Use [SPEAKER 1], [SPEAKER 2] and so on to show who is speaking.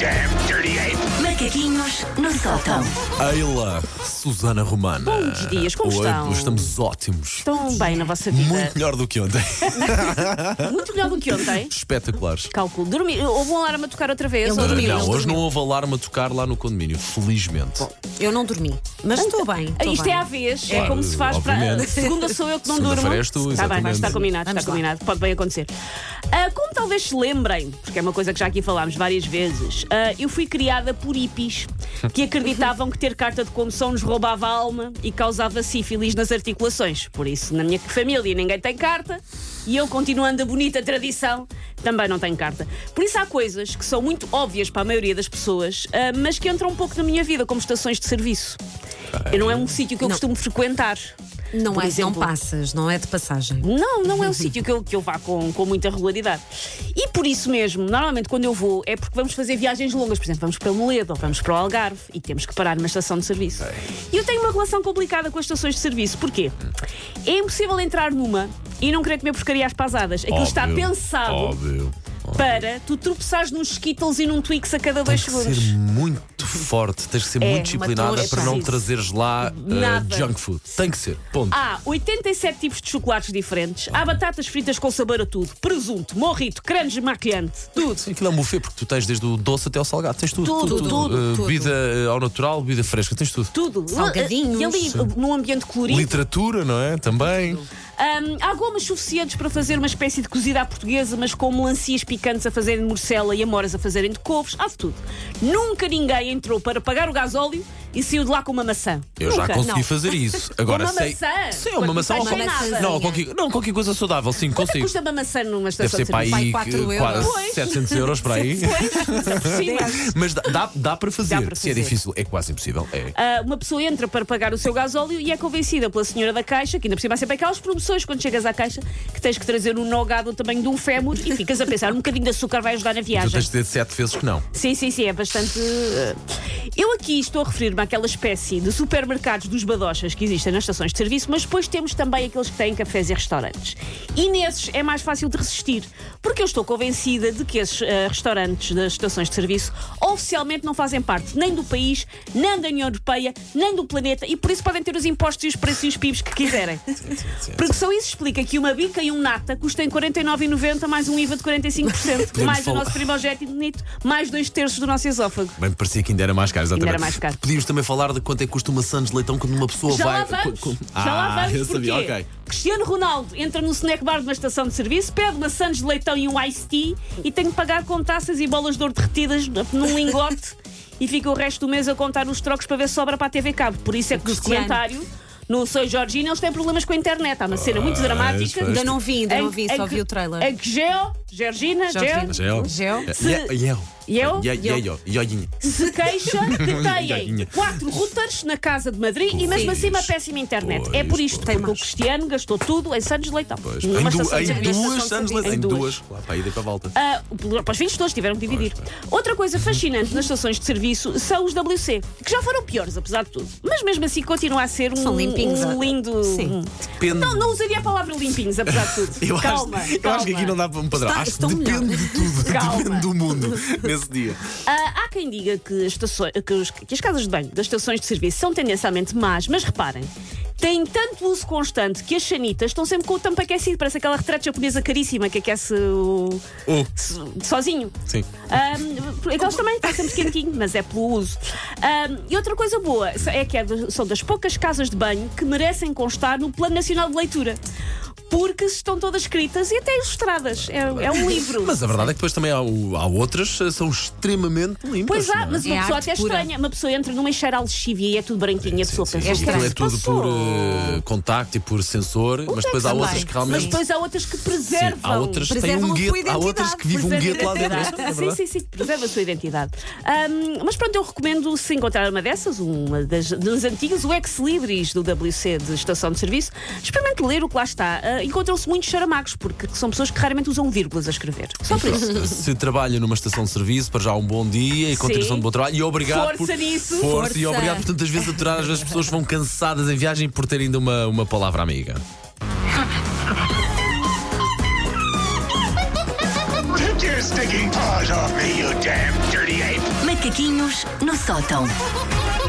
[SPEAKER 1] damn dirty ape!
[SPEAKER 2] Macaquinhos no sótão.
[SPEAKER 3] Eila, Susana Romana.
[SPEAKER 4] Bons dias, como
[SPEAKER 3] Hoje
[SPEAKER 4] estão?
[SPEAKER 3] Estamos ótimos.
[SPEAKER 4] Estão bem na vossa vida.
[SPEAKER 3] Muito melhor do que ontem.
[SPEAKER 4] Muito melhor do que ontem.
[SPEAKER 3] Espetaculares.
[SPEAKER 4] Cálculo. Dormi. Houve um alarme a tocar outra vez.
[SPEAKER 5] Eu
[SPEAKER 4] ou-
[SPEAKER 5] dormi.
[SPEAKER 3] não,
[SPEAKER 5] ele
[SPEAKER 3] hoje
[SPEAKER 5] dormiu.
[SPEAKER 3] não houve alarme a tocar lá no condomínio, felizmente.
[SPEAKER 5] Eu não dormi, mas estou bem.
[SPEAKER 4] Ah,
[SPEAKER 5] estou
[SPEAKER 4] Isto
[SPEAKER 5] bem.
[SPEAKER 4] é à vez, é
[SPEAKER 3] Claro,
[SPEAKER 4] como se faz para.
[SPEAKER 3] obviamente.
[SPEAKER 4] ah, Segunda sou eu que não
[SPEAKER 3] Segunda-feira
[SPEAKER 4] durmo.
[SPEAKER 3] és tu,
[SPEAKER 4] está bem, vai,
[SPEAKER 3] exatamente.
[SPEAKER 4] está combinado,
[SPEAKER 5] Vamos
[SPEAKER 4] está
[SPEAKER 5] lá.
[SPEAKER 4] combinado, pode bem acontecer. Ah, como talvez se lembrem, porque é uma coisa que já aqui falámos várias vezes, ah, eu fui criada por hippies que acreditavam que ter carta de condução nos roubava a alma e causava sífilis nas articulações. Por isso, na minha família ninguém tem carta e eu, continuando a bonita tradição, também não tenho carta. Por isso, há coisas que são muito óbvias para a maioria das pessoas, ah, mas que entram um pouco na minha vida, como estações de serviço. Eu não é um sítio que eu
[SPEAKER 5] Não.
[SPEAKER 4] costumo frequentar.
[SPEAKER 5] Não,
[SPEAKER 4] Por
[SPEAKER 5] é, não
[SPEAKER 4] exemplo.
[SPEAKER 5] passas, não é de passagem.
[SPEAKER 4] Não, não é um sítio que eu, que eu vá com, com muita regularidade. E por isso mesmo, normalmente quando eu vou é porque vamos fazer viagens longas. Por exemplo, vamos para Moledo ou vamos para o Algarve e temos que parar numa estação de serviço. E eu tenho uma relação complicada com as estações de serviço. Porquê? É impossível entrar numa e não querer comer porcarias pasadas. Aquilo é está
[SPEAKER 3] Óbvio,
[SPEAKER 4] pensado
[SPEAKER 3] Óbvio.
[SPEAKER 4] para tu tropeçares nos Skittles e num Twix a cada dois
[SPEAKER 3] Tens que
[SPEAKER 4] segundos.
[SPEAKER 3] ser muito forte, tens que ser
[SPEAKER 4] uma
[SPEAKER 3] muito disciplinada
[SPEAKER 4] trouxa.
[SPEAKER 3] para não
[SPEAKER 4] Isso.
[SPEAKER 3] trazeres lá uh,
[SPEAKER 4] Nada.
[SPEAKER 3] junk food. Tem que ser, ponto.
[SPEAKER 4] Há 87 tipos de chocolates diferentes. Há batatas fritas com sabor a tudo. Presunto, morrito, creme desmaquilhante. Tudo.
[SPEAKER 3] Sim, Aquilo é um buffet, porque tu tens desde o doce até ao salgado. Tens tudo.
[SPEAKER 4] Tudo, tudo,
[SPEAKER 3] Uh,
[SPEAKER 5] tudo.
[SPEAKER 3] Bebida uh, ao natural, bebida fresca, tens tudo.
[SPEAKER 4] Tudo.
[SPEAKER 5] Salgadinhos.
[SPEAKER 4] E ali, num ambiente colorido.
[SPEAKER 3] Literatura, não é? Também.
[SPEAKER 4] Hum, há gomas suficientes para fazer uma espécie de cozida à portuguesa, mas com melancias picantes a fazerem de morcela e amoras a fazerem de couves. Há de tudo. Nunca ninguém entrou para pagar o gasóleo e saiu de lá com uma maçã.
[SPEAKER 3] Eu
[SPEAKER 4] Nunca.
[SPEAKER 3] já consegui
[SPEAKER 5] não.
[SPEAKER 3] fazer isso. Agora
[SPEAKER 4] Uma
[SPEAKER 3] sei.
[SPEAKER 4] maçã?
[SPEAKER 3] Sim,
[SPEAKER 4] Quando
[SPEAKER 3] uma maçã.
[SPEAKER 4] não
[SPEAKER 3] ou
[SPEAKER 4] faz
[SPEAKER 3] qualquer-
[SPEAKER 5] nada.
[SPEAKER 3] Não, qualquer, não, qualquer coisa saudável, sim,
[SPEAKER 4] Quanto é
[SPEAKER 3] consigo.
[SPEAKER 4] custa uma maçã numa
[SPEAKER 3] Deve
[SPEAKER 4] estação
[SPEAKER 3] ser
[SPEAKER 4] de
[SPEAKER 3] para
[SPEAKER 4] serviço?
[SPEAKER 3] aí
[SPEAKER 5] Vai, quatro
[SPEAKER 3] que-
[SPEAKER 5] euros.
[SPEAKER 3] quase
[SPEAKER 4] Pois.
[SPEAKER 3] 700 euros para aí.
[SPEAKER 4] Pois, mas é possível.
[SPEAKER 3] Mas dá, dá, dá para fazer.
[SPEAKER 4] Dá para
[SPEAKER 3] Se é
[SPEAKER 4] fazer.
[SPEAKER 3] difícil, é quase impossível. É.
[SPEAKER 4] Ah, uma pessoa entra para pagar o seu gasóleo e é convencida pela senhora da caixa, que ainda por cima há sempre aquelas promoções quando chegas à caixa, que tens que trazer um nogado do tamanho de um fémur e ficas a pensar, um bocadinho de açúcar vai ajudar na
[SPEAKER 3] Tu
[SPEAKER 4] viagem.
[SPEAKER 3] tens de dizer sete vezes que não.
[SPEAKER 4] Sim, sim, sim, é bastante. eh, Eu aqui estou a referir-me àquela espécie de supermercados dos badochas que existem nas estações de serviço, mas depois temos também aqueles que têm cafés e restaurantes. E nesses é mais fácil de resistir, porque eu estou convencida de que esses eh, restaurantes das estações de serviço oficialmente não fazem parte nem do país, nem da União Europeia, nem do planeta e por isso podem ter os impostos e os preços e os PIBs que quiserem.
[SPEAKER 3] sim.
[SPEAKER 4] Porque só isso explica que uma bica e um nata custem 49,90 mais um IVA de 45%, mais o
[SPEAKER 3] falar-
[SPEAKER 4] nosso primogénito bonito, mais dois terços do nosso esófago.
[SPEAKER 3] Bem, parecia que ainda era mais caro, exatamente.
[SPEAKER 4] Ainda era mais caro.
[SPEAKER 3] Podíamos também falar de quanto é que custa uma Sandes de leitão quando uma pessoa
[SPEAKER 4] Já
[SPEAKER 3] vai.
[SPEAKER 4] lá vamos,
[SPEAKER 3] co- co-
[SPEAKER 4] já lá
[SPEAKER 3] Ah,
[SPEAKER 4] vamos.
[SPEAKER 3] eu sabia,
[SPEAKER 4] porquê?
[SPEAKER 3] ok.
[SPEAKER 4] Cristiano Ronaldo entra no snack bar de uma estação de serviço, pede uma Sandes de leitão e um iced tea e tem que pagar com taças e bolas de ouro derretidas num lingote e fica o resto do mês a contar os trocos para ver se sobra para a TV Cabo. Por isso é que no
[SPEAKER 5] Cristiano.
[SPEAKER 4] documentário, no Soy Georgina, eles têm problemas com a internet. Há uma cena muito dramática.
[SPEAKER 3] Ah, pois.
[SPEAKER 5] Ainda não vi, ainda não vi,
[SPEAKER 4] em
[SPEAKER 5] só
[SPEAKER 4] que-
[SPEAKER 5] vi o trailer.
[SPEAKER 4] Em que Geo, Georgina, Geo,
[SPEAKER 5] Georgina.
[SPEAKER 3] Gel.
[SPEAKER 5] Gel.
[SPEAKER 4] é Se- é
[SPEAKER 3] Gel.
[SPEAKER 4] Gel?
[SPEAKER 3] é, Gel. Gel.
[SPEAKER 4] se queixa que têm
[SPEAKER 3] Galinha.
[SPEAKER 4] quatro routers na casa de Madrid e mesmo
[SPEAKER 3] Pois.
[SPEAKER 4] assim uma péssima internet. é por isto
[SPEAKER 3] Pois,
[SPEAKER 4] que o Cristiano gastou tudo em Santos de Leitão.
[SPEAKER 3] Pois. Em,
[SPEAKER 4] Numa
[SPEAKER 3] du-
[SPEAKER 4] estação de
[SPEAKER 3] em
[SPEAKER 4] serviço.
[SPEAKER 3] duas Sandes de leitão.
[SPEAKER 4] Em
[SPEAKER 3] Em
[SPEAKER 4] duas.
[SPEAKER 3] duas. Lá para a ida e para a volta.
[SPEAKER 4] Ah, o- para os filhos todos tiveram que dividir. Outra coisa fascinante nas estações de serviço são os WC, que já foram piores, apesar de tudo. Mas mesmo assim continua a ser um,
[SPEAKER 5] São limpinhos,
[SPEAKER 4] um
[SPEAKER 5] ah.
[SPEAKER 4] lindo.
[SPEAKER 5] Sim.
[SPEAKER 3] Depende.
[SPEAKER 4] Não, não usaria a palavra limpinhos, apesar de tudo.
[SPEAKER 3] Eu,
[SPEAKER 4] calma,
[SPEAKER 3] acho, eu
[SPEAKER 4] calma.
[SPEAKER 3] acho que aqui não dá para um padrão.
[SPEAKER 5] Está-
[SPEAKER 3] acho que
[SPEAKER 5] estão
[SPEAKER 3] depende
[SPEAKER 5] melhor.
[SPEAKER 3] de tudo.
[SPEAKER 4] Calma.
[SPEAKER 3] Depende do mundo nesse dia.
[SPEAKER 4] Ah, há quem diga que, as estações- que os- que as casas de banho das estações de serviço são tendencialmente más, mas reparem, têm tanto uso constante que as chanitas estão sempre com o tampo aquecido, parece aquela retrete japonesa caríssima que aquece o-
[SPEAKER 3] Oh,
[SPEAKER 4] so- sozinho.
[SPEAKER 3] sim.
[SPEAKER 4] Ahm, aqueles também estão sempre quentinho, mas é pelo uso. Ahm, e outra coisa boa é que é de- são das poucas casas de banho que merecem constar no Plano Nacional de Leitura. Porque estão todas escritas e até ilustradas. É, é um livro.
[SPEAKER 3] Mas a verdade é que depois também há, o- há outras eh, são extremamente limpas.
[SPEAKER 4] Pois há,
[SPEAKER 3] não é?
[SPEAKER 4] mas uma
[SPEAKER 5] É
[SPEAKER 4] pessoa
[SPEAKER 5] arte
[SPEAKER 4] até
[SPEAKER 5] pura.
[SPEAKER 4] estranha. Uma pessoa entra numa e cheira a lexívia e é tudo branquinho. e a pessoa
[SPEAKER 3] Sim,
[SPEAKER 4] pensa,
[SPEAKER 3] sim,
[SPEAKER 4] "O que é que
[SPEAKER 3] aquilo é
[SPEAKER 4] se
[SPEAKER 3] tudo
[SPEAKER 4] passou?"
[SPEAKER 3] por eh, contacto e por sensor, mas depois há
[SPEAKER 5] também.
[SPEAKER 3] outras que
[SPEAKER 4] Mas
[SPEAKER 3] realmente.
[SPEAKER 4] depois há outras que
[SPEAKER 3] Sim,
[SPEAKER 4] preservam.
[SPEAKER 3] há outras que têm
[SPEAKER 5] Preservam
[SPEAKER 3] um
[SPEAKER 5] a sua
[SPEAKER 3] gueto, há outras que vivem um
[SPEAKER 4] Preserva
[SPEAKER 3] gueto lá
[SPEAKER 4] a
[SPEAKER 3] dentro.
[SPEAKER 4] identidade.
[SPEAKER 3] isso é
[SPEAKER 4] Sim,
[SPEAKER 3] verdade.
[SPEAKER 4] sim, sim, preserva a sua identidade. Ahm, mas pronto, eu recomendo, se encontrar uma dessas, uma das, das antigas, o ex-libris do WC de estação de serviço, experimente ler o que lá está. Ah, Encontram-se muitos charamagos, porque são pessoas que raramente usam vírgulas a escrever. Só por isso.
[SPEAKER 3] Se trabalha numa estação de serviço, para já um bom dia e continuação
[SPEAKER 4] Sim.
[SPEAKER 3] de bom trabalho. E obrigado.
[SPEAKER 4] Força
[SPEAKER 3] por,
[SPEAKER 4] nisso.
[SPEAKER 3] Força, E
[SPEAKER 5] Força.
[SPEAKER 3] obrigado por tantas vezes aturar. Às vezes as pessoas vão cansadas em viagem por terem ainda uma, uma palavra amiga.
[SPEAKER 1] Take your stinking paws off me, you damn dirty ape!
[SPEAKER 2] Macaquinhos no sótão.